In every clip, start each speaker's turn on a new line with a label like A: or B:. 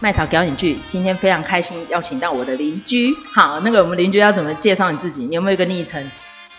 A: 麦草表演剧。今天非常开心，邀请到我的邻居。好，那个我们邻居要怎么介绍你自己？你有没有一个昵称？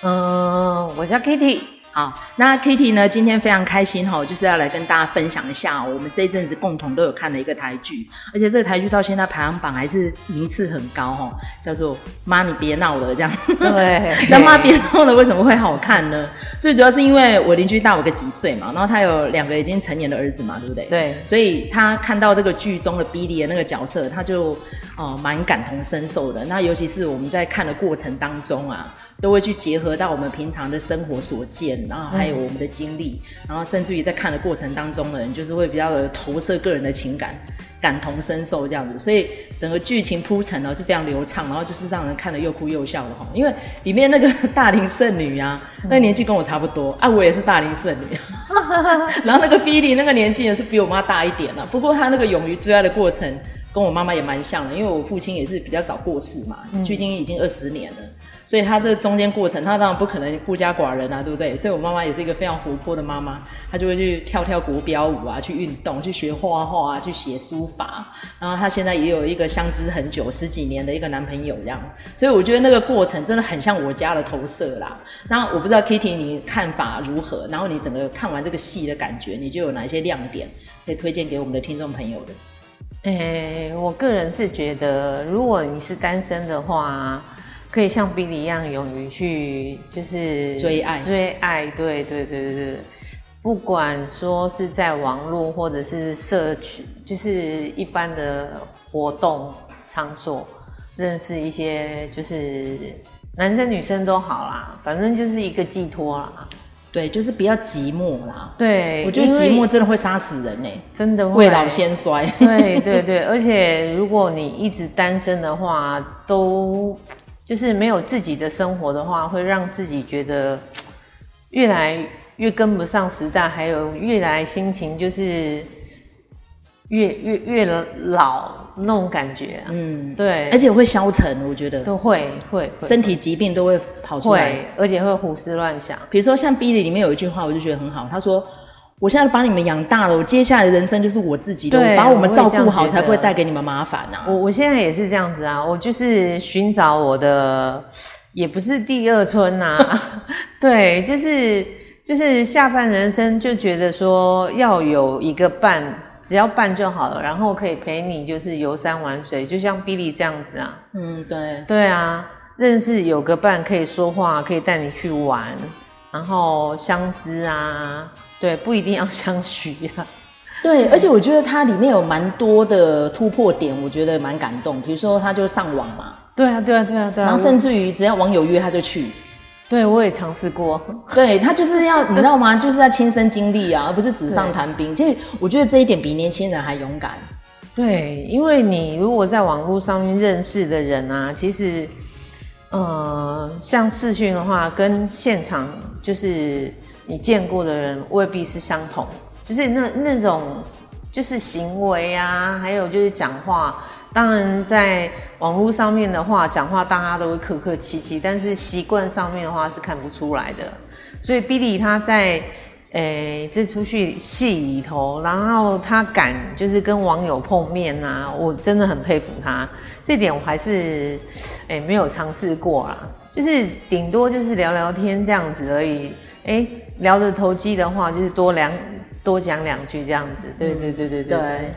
B: 嗯，我叫 Kitty。
A: 好，那 Kitty 呢？今天非常开心哈、哦，就是要来跟大家分享一下、哦、我们这一阵子共同都有看的一个台剧，而且这个台剧到现在排行榜还是名次很高哈、哦，叫做“妈你别闹了”这样。
B: 对
A: 那妈别闹了为什么会好看呢？最主要是因为我邻居大我个几岁嘛，然后他有两个已经成年的儿子嘛，对不对？
B: 对，
A: 所以他看到这个剧中的 Billy 的那个角色，他就哦蛮、呃、感同身受的。那尤其是我们在看的过程当中啊。都会去结合到我们平常的生活所见，然后还有我们的经历，嗯、然后甚至于在看的过程当中呢，你就是会比较呃投射个人的情感，感同身受这样子。所以整个剧情铺陈呢哦是非常流畅，然后就是让人看了又哭又笑的哈。因为里面那个大龄剩女啊，那个年纪跟我差不多啊，我也是大龄剩女。然后那个 Billy 那个年纪也是比我妈大一点了、啊，不过她那个勇于追爱的过程跟我妈妈也蛮像的，因为我父亲也是比较早过世嘛，距今已经二十年了。嗯所以他这中间过程，他当然不可能孤家寡人啊，对不对？所以我妈妈也是一个非常活泼的妈妈，她就会去跳跳国标舞啊，去运动，去学画画啊，去写书法。然后她现在也有一个相知很久十几年的一个男朋友这样。所以我觉得那个过程真的很像我家的投射啦。那我不知道 Kitty 你看法如何？然后你整个看完这个戏的感觉，你就有哪一些亮点可以推荐给我们的听众朋友的？
B: 诶、欸，我个人是觉得，如果你是单身的话。可以像 Billy 一样勇于去，就是
A: 追爱，
B: 追爱，对对对对对，不管说是在网络或者是社区，就是一般的活动场所，认识一些就是男生女生都好啦，反正就是一个寄托啦。
A: 对，就是不要寂寞啦。
B: 对，
A: 我觉得寂寞真的会杀死人呢、欸，
B: 真的
A: 会未老先衰。
B: 对对对，而且如果你一直单身的话，都。就是没有自己的生活的话，会让自己觉得嗯越来越跟不上时代，还有越来心情就是越越越老那种感觉、啊。嗯，对，
A: 而且会消沉，我觉得
B: 都会会
A: 身体疾病都会跑出来，
B: 而且会胡思乱想。
A: 比如说像《Billy》里面有一句话，我就觉得很好，他说。我现在把你们养大了，我接下来的人生就是我自己的，我把我们照顾好，才不会带给你们麻烦呐、啊。
B: 我我现在也是这样子啊，我就是寻找我的，也不是第二春呐、啊， 对，就是就是下半人生就觉得说要有一个伴，只要伴就好了，然后可以陪你就是游山玩水，就像 Billy 这样子啊，
A: 嗯，对，
B: 对啊，认识有个伴可以说话，可以带你去玩，然后相知啊。对，不一定要相许呀、啊。
A: 对，而且我觉得它里面有蛮多的突破点，我觉得蛮感动。比如说，他就上网嘛。
B: 对啊，对啊，对啊，对啊。
A: 然后甚至于只要网友约他就去。
B: 对，我也尝试过。
A: 对他就是要，你知道吗？就是要亲身经历啊，而不是纸上谈兵。其实我觉得这一点比年轻人还勇敢。
B: 对，因为你如果在网络上面认识的人啊，其实，呃，像视讯的话，跟现场就是。你见过的人未必是相同，就是那那种就是行为啊，还有就是讲话。当然，在网络上面的话，讲话大家都会客客气气，但是习惯上面的话是看不出来的。所以，Billy 他在诶、欸、这出戏戏里头，然后他敢就是跟网友碰面啊，我真的很佩服他。这点我还是诶、欸、没有尝试过啦，就是顶多就是聊聊天这样子而已。哎，聊的投机的话，就是多两多讲两句这样子，对对对对对。
A: 嗯对，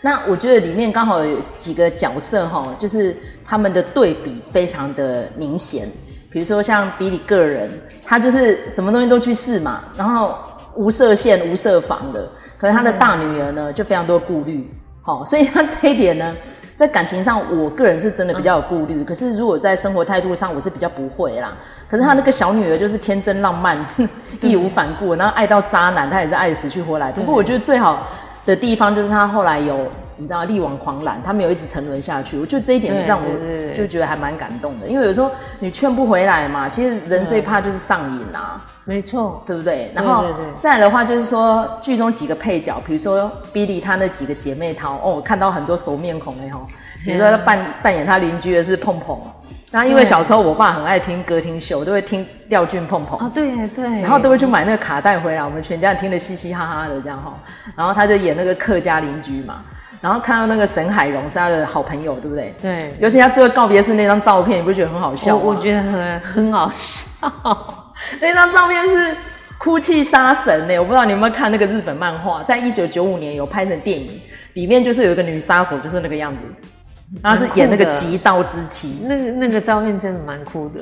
A: 那我觉得里面刚好有几个角色哈、哦，就是他们的对比非常的明显。比如说像比利个人，他就是什么东西都去试嘛，然后无设限、无设防的。可是他的大女儿呢，就非常多顾虑，好、哦，所以他这一点呢。在感情上，我个人是真的比较有顾虑。嗯、可是如果在生活态度上，我是比较不会啦。可是他那个小女儿就是天真浪漫， 义无反顾，然后爱到渣男，他也是爱死去活来。不过我觉得最好的地方就是他后来有，你知道力挽狂澜，他没有一直沉沦下去。我觉得这一点让我就觉得还蛮感动的，因为有时候你劝不回来嘛，其实人最怕就是上瘾啊。
B: 没错，
A: 对不嗯对？然后再来的话，就是说剧中几个配角，比如说 Billy 她那几个姐妹淘，哦，我看到很多熟面孔哎吼。比如说扮扮演她邻居的是碰碰，然后因为小时候我爸很爱听歌厅秀，都会听廖俊碰碰
B: 啊，对对，
A: 然后都会去买那个卡带回来，我们全家听得嘻嘻哈哈的这样哈。然后他就演那个客家邻居嘛，然后看到那个沈海荣是他的好朋友，对不对？
B: 对，
A: 尤其他最后告别式那张照片，你不觉得很好笑啊
B: 我
A: 吗？
B: 我觉得很很好笑。
A: 那张照片是哭泣杀神呢、我不知道你有没有看那个日本漫画，在一九九五年有拍成电影，里面就是有一个女杀手，就是那个样子，她是演那个
B: 蛮酷的
A: 极道之妻。
B: 那个那个照片真的蛮酷的，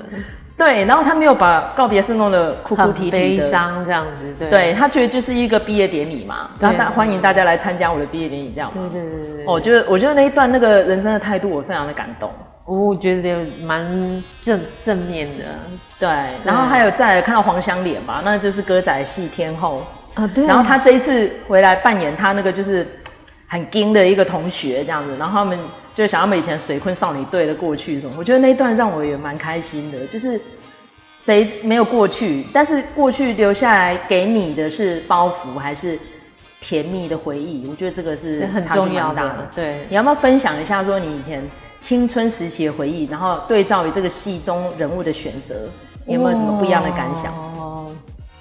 A: 对，然后她没有把告别式弄得哭哭
B: 很
A: 啼啼
B: 悲
A: 的。
B: 伤这样子，对
A: 对她觉得就是一个毕业典礼嘛，然后大
B: 对
A: 欢迎大家来参加我的毕业典礼，这样嘛。
B: 对对对对对，
A: 哦我觉得我觉得那一段那个人生的态度，我非常的感动。
B: 我觉得蛮正正面的
A: 对，然后还有再来看到黄香莲嘛，那就是歌仔戏天后。
B: 啊，对
A: 然后他这一次回来扮演他那个就是很硬的一个同学这样子，然后他们就想他们以前水坤少女队的过去什么，我觉得那一段让我也蛮开心的，就是谁没有过去，但是过去留下来给你的是包袱还是甜蜜的回忆，我觉得这个是
B: 这很
A: 差距
B: 重要
A: 蛮大
B: 的
A: 的，。
B: 对，
A: 你要不要分享一下说你以前青春时期的回忆，然后对照于这个戏中人物的选择，有没有什么不一样的感想？
B: 哦，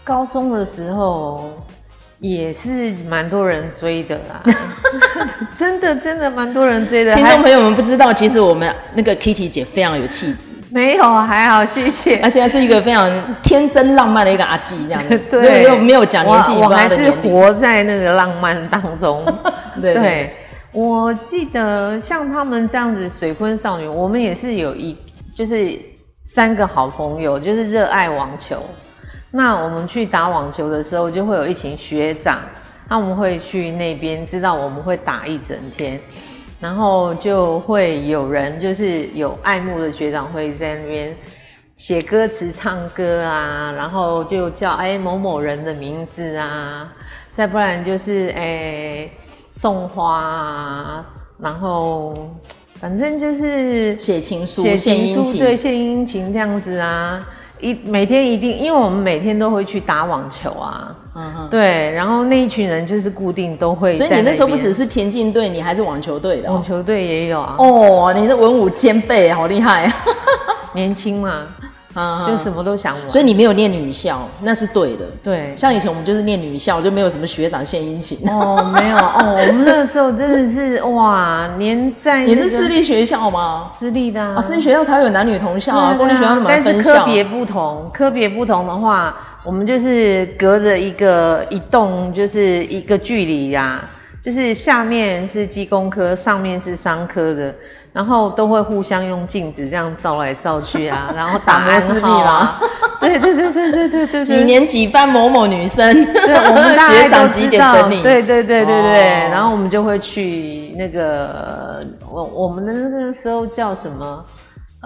B: 高中的时候也是蛮多人追的啦，真的真的蛮多人追的，
A: 听
B: 呃还
A: 众朋友们不知道，其实我们那个 Kitty 姐非常有气 质，
B: 没有还好，谢谢。
A: 而且她是一个非常天真浪漫的一个阿基这样子
B: ，对
A: 所以又没有讲年纪，
B: 我
A: 也不知道
B: 我
A: 她
B: 还
A: 的
B: 是
A: 年龄。
B: 活在那个浪漫当中
A: 对对
B: 我记得像他们这样子水坤少女，我们也是有一就是三个好朋友，就是热爱网球。那我们去打网球的时候，就会有一群学长，他们会去那边，知道我们会打一整天。然后就会有人就是有爱慕的学长会在那边写歌词、唱歌啊，然后就叫哎某某人的名字啊，再不然就是哎送花啊，然后反正就是
A: 写情书、
B: 写
A: 献
B: 情
A: 殷
B: 书，
A: 勤，
B: 对，献殷勤这样子啊。一每天一定，因为我们每天都会去打网球啊，
A: 嗯哼。
B: 对，然后那一群人就是固定都会
A: 所
B: 在
A: 以
B: 边。
A: 你那时候不只是田径队，你还是网球队的
B: 网
A: 哦。
B: 球队也有啊，
A: 哦，你的文武兼备，好厉害啊！
B: 年轻嘛，
A: 嗯
B: 就什么都想玩。
A: 所以你没有念女校，那是对的。
B: 对，
A: 像以前我们就是念女校，就没有什么学长献殷 勤。
B: 哦，没有哦，我们那时候真的是哇，连在
A: 你
B: 也
A: 是私立学校吗？
B: 私立的啊
A: 啊，私立学校才有男女同校啊，
B: 对
A: 公立学校怎么
B: 但是
A: 分
B: 科
A: 校？啊
B: 别不同，科别不同的话，我们就是隔着一个一栋，就是一个距离呀、就是下面是技工科，上面是商科的，然后都会互相用镜子这样照来照去啊，然后打
A: 打摩
B: 暗
A: 斯密
B: 号啊，对对对对对对对
A: 几
B: 对，
A: 年几班某某女生，
B: 对，我们大
A: 学
B: 概
A: 长
B: 都
A: 几
B: 知
A: 点
B: 道，
A: 等你？
B: 对对对对对，
A: 哦
B: 然后我们就会去那个我我们的那个时候叫什么？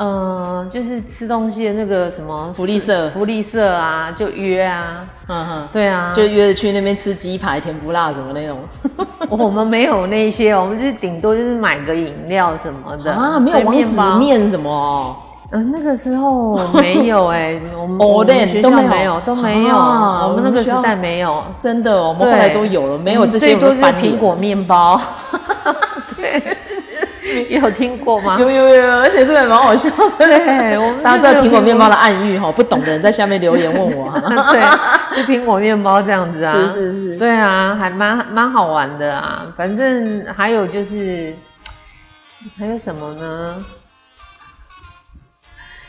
B: 嗯、就是吃东西的那个什么
A: 福利社
B: 福利社啊，就约啊，
A: 嗯哼，
B: 对啊，
A: 就约着去那边吃鸡排、甜不辣什么那种
B: 我们没有那些，哦我们就是顶多就是买个饮料什么的
A: 啊，没有
B: 对
A: 王
B: 面包
A: 子面什么哦，
B: 嗯、那个时候没有哎、我们我
A: 哦对
B: 们学
A: 都
B: 校
A: 没有
B: 没有都没有，
A: 啊
B: 我们
A: 我
B: 那
A: 们
B: 个
A: 学
B: 时
A: 校
B: 代没有，
A: 真的哦，我们
B: 对
A: 后来都有了，没有这些
B: 最多
A: 我们
B: 就是
A: 就翻脸
B: 苹果面包。 对，有听过吗？
A: 有有有，而且这个蛮好笑的。
B: 对，我们
A: 大家知道
B: 就只
A: 苹
B: 有
A: 果面包的暗喻哈，不懂的人在下面留言问我哈。
B: 对，就苹果面包这样子啊，
A: 是是是
B: 对啊，还蛮蛮好玩的啊。反正还有就是，还有什么呢？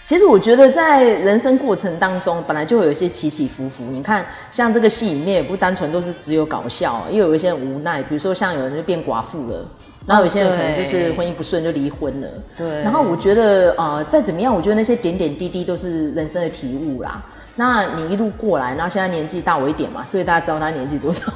A: 其实我觉得在人生过程当中，本来就会有一些起起伏伏。你看，像这个戏里面也不单纯都是只有搞笑，也有一些人无奈，比如说像有人就变寡妇了，然后有些人可能就是
B: 对
A: 婚姻不顺就离婚了。
B: 对
A: 然后我觉得呃，再怎么样，我觉得那些点点滴滴都是人生的体悟啦。那你一路过来，然后现在年纪大我一点嘛，所以大家知道他年纪多少。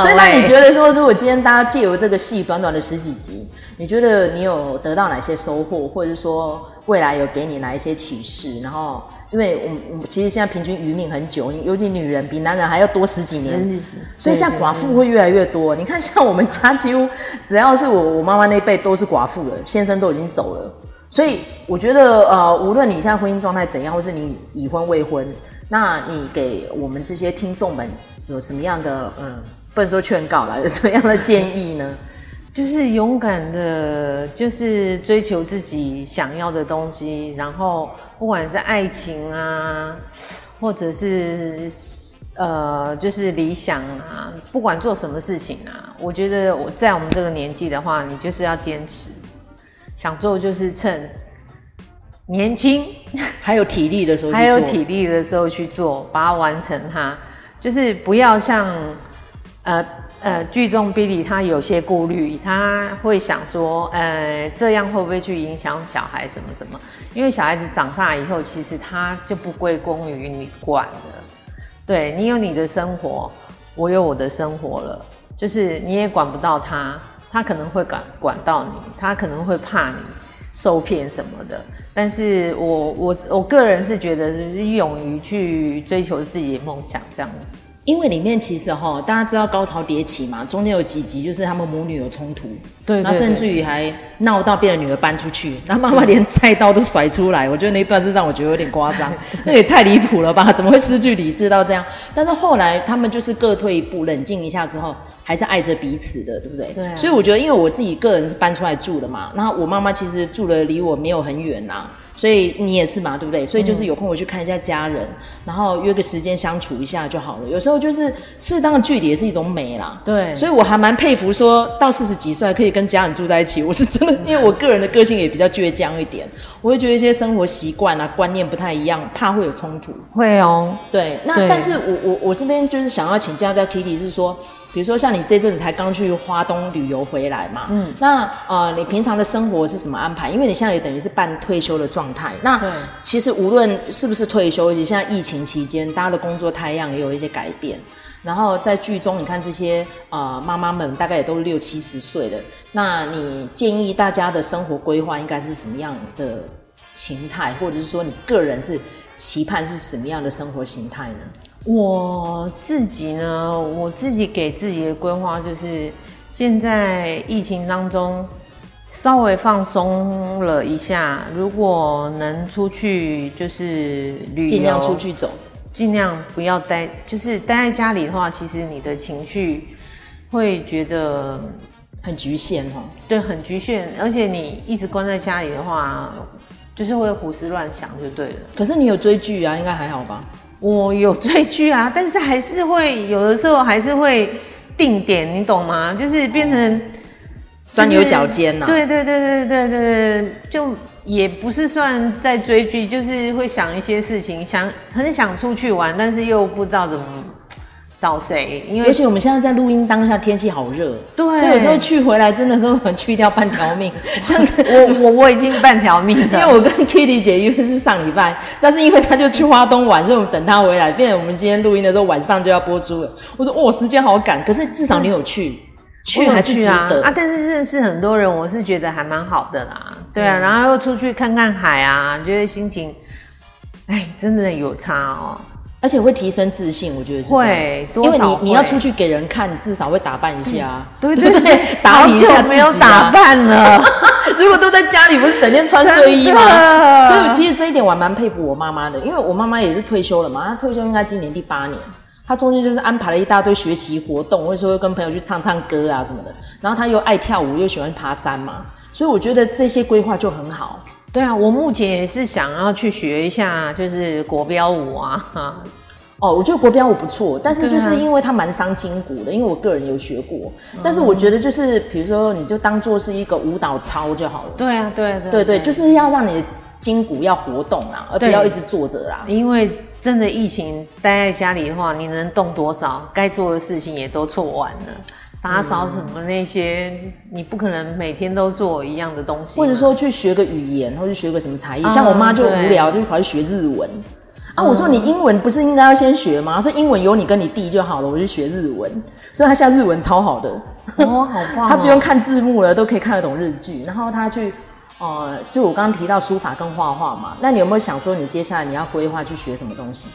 A: 所以那你觉得说，如果今天大家借由这个戏短短的十几集，你觉得你有得到哪些收获，或者是说未来有给你哪一些启示？然后，因为我们我们其实现在平均余命很久，尤其女人比男人还要多十几年，所以像寡妇会越来越多。你看，像我们家几乎只要是我我妈妈那一辈都是寡妇了，先生都已经走了。所以我觉得，呃，无论你现在婚姻状态怎样，或是你已婚未婚，那你给我们这些听众们有什么样的，嗯，不能说劝告啦，有什么样的建议呢？
B: 就是勇敢的，就是追求自己想要的东西，然后不管是爱情啊，或者是呃，就是理想啊，不管做什么事情啊，我觉得我在我们这个年纪的话，你就是要坚持，想做就是趁年轻
A: 还有体力的时候去做，
B: 还有体力的时候去做，把它完成它，就是不要像呃呃剧中 Billy 他有些顾虑，他会想说，呃，这样会不会去影响小孩什么什么？因为小孩子长大以后，其实他就不归功于你管了。对你有你的生活，我有我的生活了，就是你也管不到他，他可能会管管到你，他可能会怕你受骗什么的。但是我我我个人是觉得，就是勇于去追求自己的梦想，这样。
A: 因为里面其实哈，大家知道高潮迭起嘛，中间有几集就是他们母女有冲突，
B: 对对
A: 然后甚至于还闹到变成女儿搬出去，然后妈妈连菜刀都甩出来，我觉得那一段是让我觉得有点夸张，那也太离谱了吧？怎么会失去理智到这样？但是后来他们就是各退一步，冷静一下之后，还是爱着彼此的，对不对？
B: 对啊
A: 所以我觉得，因为我自己个人是搬出来住的嘛，那我妈妈其实住的离我没有很远呐、所以你也是嘛，对不对？所以就是有空我去看一下家人，然后约个时间相处一下就好了。有时候就是适当的距离也是一种美啦。
B: 对
A: 所以我还蛮佩服说，到四十几岁还可以跟家人住在一起，我是真的，因为我个人的个性也比较倔强一点，我会觉得一些生活习惯啊、观念不太一样，怕会有冲突。
B: 会哦，
A: 对，那
B: 对
A: 但是我我我这边就是想要请教一下 Kitty 是说，比如说像你这阵子才刚去花东旅游回来嘛，嗯，那呃你平常的生活是什么安排？因为你现在也等于是半退休的状态，那
B: 对
A: 其实无论是不是退休，以及现在疫情期间，大家的工作太阳也有一些改变。然后在剧中，你看这些呃妈妈们大概也都六七十岁了，那你建议大家的生活规划应该是什么样的形态，或者是说你个人是期盼是什么样的生活形态呢？
B: 我自己呢，我自己给自己的规划就是，现在疫情当中稍微放松了一下，如果能出去就是旅游，
A: 尽量出去走，
B: 尽量不要待，就是待在家里的话，其实你的情绪会觉得
A: 很局限哦。
B: 对很局限，而且你一直关在家里的话，就是会胡思乱想就对了。
A: 可是你有追剧啊，应该还好吧？
B: 我有追剧啊，但是还是会有的时候还是会定点，你懂吗？就是变成
A: 钻牛角尖呐、
B: 对对对对对对对，就也不是算在追剧，就是会想一些事情，想很想出去玩，但是又不知道怎么找谁，因为
A: 尤其我们现在在录音当下，天气好热，
B: 对
A: 所以有时候去回来真的是很去掉半条 命。像
B: 我我我已经半条命了，
A: 因为我跟 Kitty 姐约是上礼拜，但是因为她就去花东玩，所以我们等她回来，变成我们今天录音的时候晚上就要播出了。我说哦，时间好赶，可是至少你有去，去还是值
B: 嗯去啊
A: 得。
B: 啊！但是认识很多人，我是觉得还蛮好的啦。对啊，然后又出去看看海啊，觉得心情，哎，真的有差哦。
A: 而且会提升自信，我觉得是这样
B: 会多
A: 因为
B: 少
A: 你
B: 会嗯
A: 你要出去给人看，你至少会打扮一下啊，
B: 对
A: 对
B: 对
A: 不
B: 对，
A: 打理一下
B: 好
A: 自己、啊。
B: 久没有打扮了。
A: 如果都在家里，不是整天穿睡衣吗？
B: 真
A: 所以
B: 的
A: 其实这一点我还蛮佩服我妈妈的，因为我妈妈也是退休了嘛，她退休应该今年第八年。她中间就是安排了一大堆学习活动，会说会跟朋友去唱唱歌啊什么的。然后她又爱跳舞，又喜欢爬山嘛，所以我觉得这些规划就很好。
B: 对啊，我目前也是想要去学一下，就是国标舞啊。
A: 哦，我觉得国标舞不错，但是就
B: 对
A: 是
B: 啊哦
A: 因为它蛮伤筋骨的，因为我个人有学过。但是我觉得就是，比如说你就当做是一个舞蹈操就好了。
B: 对啊，对啊对啊
A: 对对，就是要让你的筋骨要活动啊，而不
B: 对
A: 要一直坐着啊啦。
B: 因为真的疫情待在家里的话，你能动多少？该做的事情也都做完了，打扫什么那些，你不可能每天都做一样的东西嘛。
A: 或者说去学个语言，或者学个什么才艺。
B: 嗯
A: 像我妈就
B: 对嗯
A: 无聊，就跑去学日文。啊，我说你英文不是应该要先学吗？她说英文有你跟你弟就好了，我就学日文。所以她现在日文超好的，
B: 哦，好棒、哦！
A: 她不用看字幕了，都可以看得懂日剧。然后她去，呃，就我刚刚提到书法跟画画嘛，那你有没有想说你接下来你要规划去学什么东西？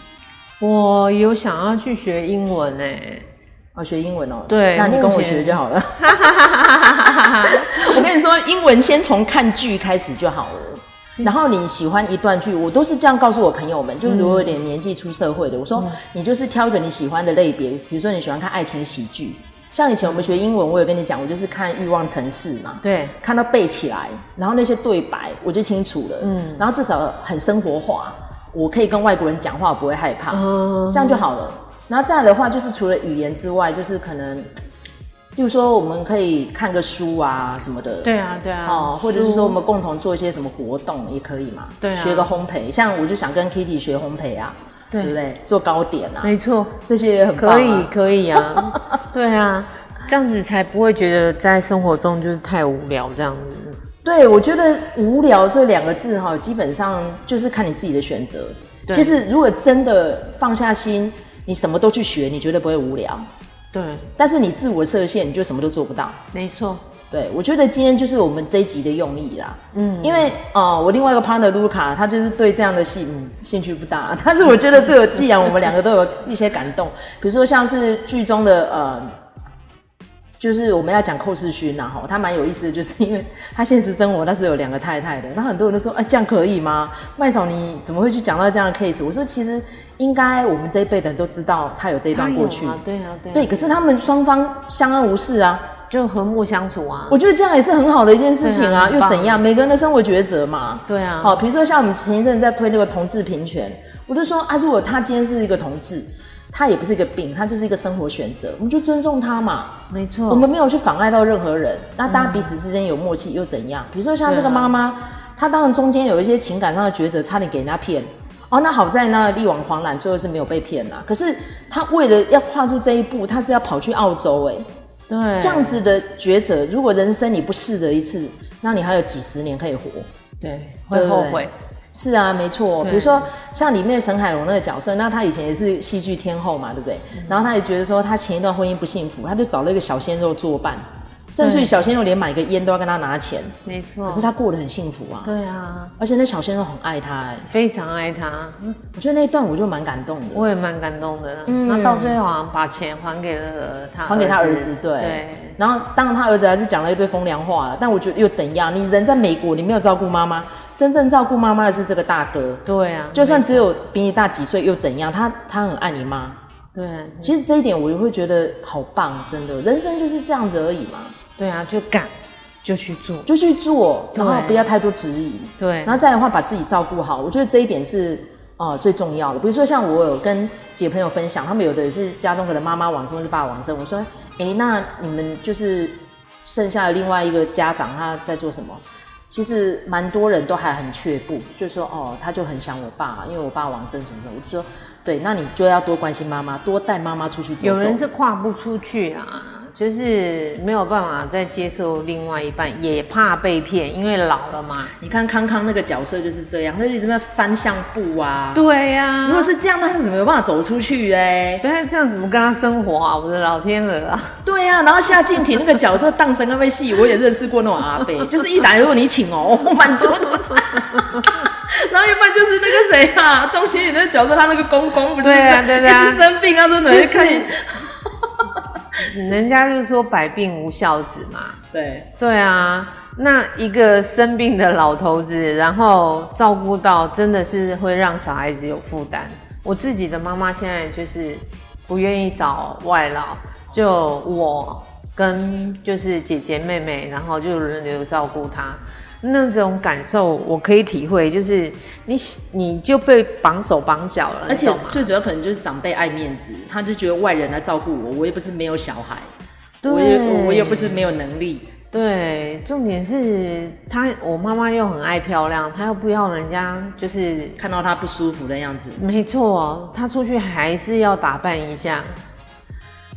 B: 我有想要去学英文哎、
A: 哦，学英文哦，
B: 对
A: 那你跟我
B: 目前
A: 学就好了。 我跟你说，英文先从看剧开始就好了。然后你喜欢一段剧，我都是这样告诉我朋友们，就是如果有点年纪出社会的，我说你就是挑一个你喜欢的类别，比如说你喜欢看爱情喜剧，像以前我们学英文，我有跟你讲，我就是看《欲望城市》嘛，
B: 对，
A: 看到背起来，然后那些对白我就清楚了，嗯，然后至少很生活化，我可以跟外国人讲话，我不会害怕，
B: 嗯
A: 这样就好了。然后再来的话，就是除了语言之外，就是可能，比如说我们可以看个书啊什么的，
B: 对啊，对啊，
A: 哦，或者是说我
B: 书
A: 们共同做一些什么活动也可以嘛，
B: 对啊
A: 学个烘焙，像我就想跟 Kitty 学烘焙啊，
B: 对
A: 不对？做糕点啊，
B: 没错，
A: 这些也很棒、啊、
B: 可以，可以啊， 对啊，这样子才不会觉得在生活中就是太无聊这样子。
A: 对，我觉得“无聊”这两个字哈，基本上就是看你自己的选择。
B: 对
A: 其实，如果真的放下心，你什么都去学，你绝对不会无聊。
B: 对，
A: 但是你自我设限，你就什么都做不到。
B: 没错，
A: 对，我觉得今天就是我们这一集的用意啦。嗯，因为呃，我另外一个 partner 卢卡，他就是对这样的戏、嗯、兴趣不大，但是我觉得这个既然我们两个都有一些感动， 比如说像是剧中的呃。就是我们要讲寇世勋呐、啊，吼，他蛮有意思的，就是因为他现实生活他是有两个太太的，那很多人都说，哎、这样可以吗？麦嫂你怎么会去讲到这样的 case？我说其实应该我们这一辈的人都知道他有这一段过去，
B: 啊，对啊，对啊
A: 对，可是他们双方相安无事啊，
B: 就和睦相处啊。
A: 我觉得这样也是很好的一件事情啊，又
B: 对啊很棒
A: 怎样？每个人的生活抉择嘛。
B: 对啊，
A: 好，比如说像我们前一阵在推那个同志平权，我就说啊，如果他今天是一个同志，他也不是一个病，他就是一个生活选择，我们就尊重他嘛。
B: 没
A: 我
B: 错，
A: 们没有去妨碍到任何人，那大
B: 嗯
A: 家彼此之间有默契又怎样？比如说像
B: 啊
A: 这个妈妈，她当然中间有一些情感上的抉择，差点给人家骗。哦，那好在呢，力挽狂澜，最后是没有被骗啦。可是她为了要跨出这一步，她是要跑去澳洲哎、
B: 对，
A: 这样子的抉择，如果人生你不试着一次，那你还有几十年可以活。
B: 对
A: 对
B: 会
A: 不
B: 后
A: 对
B: 悔。
A: 是啊，没错。
B: 对
A: 比如说像里面沈海龙那个角色，那他以前也是戏剧天后嘛，对不对？
B: 嗯
A: 然后他也觉得说他前一段婚姻不幸福，他就找了一个小鲜肉作伴，甚至于
B: 对嗯
A: 小鲜肉连买个烟都要跟他拿钱，
B: 没错
A: 可是，他过得很幸福啊。
B: 对啊，
A: 而且那小鲜肉很爱他、哎，
B: 非常爱他，
A: 我觉得那一段我就蛮感动的。
B: 我也蛮感动的。那到最后好像把钱嗯还给了他，
A: 还给他儿子，对。
B: 对，
A: 然后当然他儿子还是讲了一堆风凉话了，但我觉得又怎样？你人在美国，你没有照顾妈妈，真正照顾妈妈的是这个大哥。
B: 对啊，
A: 就算只有比你大几岁又怎样？他他很爱你妈，
B: 对
A: 其实这一点我也会觉得好棒，真的，人生就是这样子而已嘛，
B: 对啊，就敢就去做，
A: 就去做，然
B: 对
A: 后不要太多质疑，
B: 对
A: 然，后再来的话把自己照顾好，我觉得这一点是呃最重要的。比如说像我有跟几个朋友分享，他们有的也是家中可能妈妈往生或是爸爸往生，我说，诶，那你们就是剩下的另外一个家长他在做什么？其实蛮多人都还很却步，就说哦，他就很想我爸，因为我爸往生什么什么，我就说，对，那你就要多关心妈妈，多带妈妈出去走走。
B: 有人是跨不出去啊，就是没有办法再接受另外一半，也怕被骗，因为老了嘛。
A: 你看康康那个角色就是这样，他就一直在翻相簿啊。
B: 对呀、
A: 如果是这样，那他怎么有办法走出去嘞？
B: 但是啊这样怎么跟他生活啊？我的老天鹅啊！
A: 对呀、然后夏静婷那个角色当神跟被戏，我也认识过那种阿 伯，就是一来如果你请哦，我满桌都在。 然后要不然就是那个谁啊，钟欣怡那个角色，他那个公公不是
B: 对啊对啊
A: 一直生病，他真的
B: 就
A: 去
B: 是
A: 看，
B: 人家就说百病无孝子嘛。
A: 对
B: 对啊，那一个生病的老头子，然后照顾到，真的是会让小孩子有负担。我自己的妈妈现在就是不愿意找外劳，就我跟就是姐姐妹妹，然后就轮流照顾她。那种感受我可以体会，就是你你就被绑手绑脚了，
A: 而且
B: 你懂吗
A: 最主要可能就是长辈爱面子，他就觉得外人来照顾我，我又不是没有小孩，
B: 对
A: 我也我又不是没有能力，
B: 对，重点是她，我妈妈又很爱漂亮，她又不要人家就是
A: 看到他不舒服的样子，
B: 没错，他出去还是要打扮一下。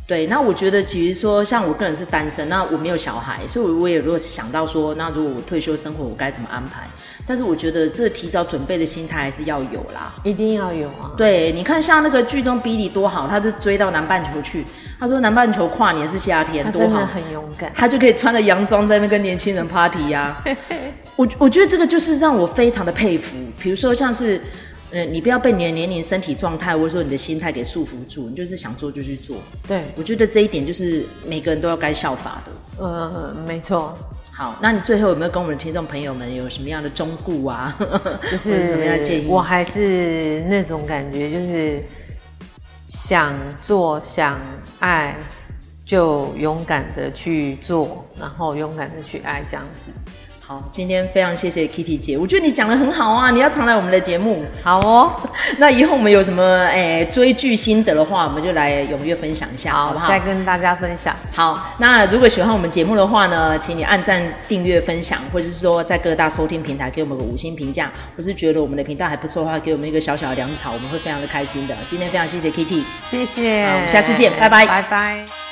A: 对，那我觉得其实说，像我个人是单身，那我没有小孩，所以我也如果想到说，那如果我退休生活我该怎么安排？但是我觉得这提早准备的心态还是要有啦。
B: 一定要有啊！
A: 对，你看像那个剧中比利多好，他就追到南半球去，他说南半球跨年是夏天，
B: 他
A: 多
B: 真的
A: 好，
B: 很勇敢。
A: 他就可以穿着洋装在那边跟年轻人 party 呀、 我我觉得这个就是让我非常的佩服。比如说像是，呃，你不要被你的年龄、身体状态或者说你的心态给束缚住，你就是想做就去做。
B: 对，
A: 我觉得这一点就是每个人都要该效法的。
B: 呃，没错，
A: 好，那你最后有没有跟我们听众朋友们有什么样的忠告啊？
B: 就
A: 或者什么样的建
B: 是
A: 议？
B: 我还是那种感觉，就是想做想爱，就勇敢的去做，然后勇敢的去爱，这样子。
A: 好，今天非常谢谢 Kitty 姐，我觉得你讲的很好啊，你要常来我们的节目。
B: 好哦，
A: 那以后我们有什么诶、追剧心得的话，我们就来踊跃分享一下，好不好？
B: 再跟大家分享。
A: 好，那如果喜欢我们节目的话呢，请你按赞、订阅、分享，或者是说在各大收听平台给我们个五星评价，或是觉得我们的频道还不错的话，给我们一个小小的粮草，我们会非常的开心的。今天非常谢谢 Kitty，
B: 谢谢，
A: 好我们下次见拜拜
B: 拜拜。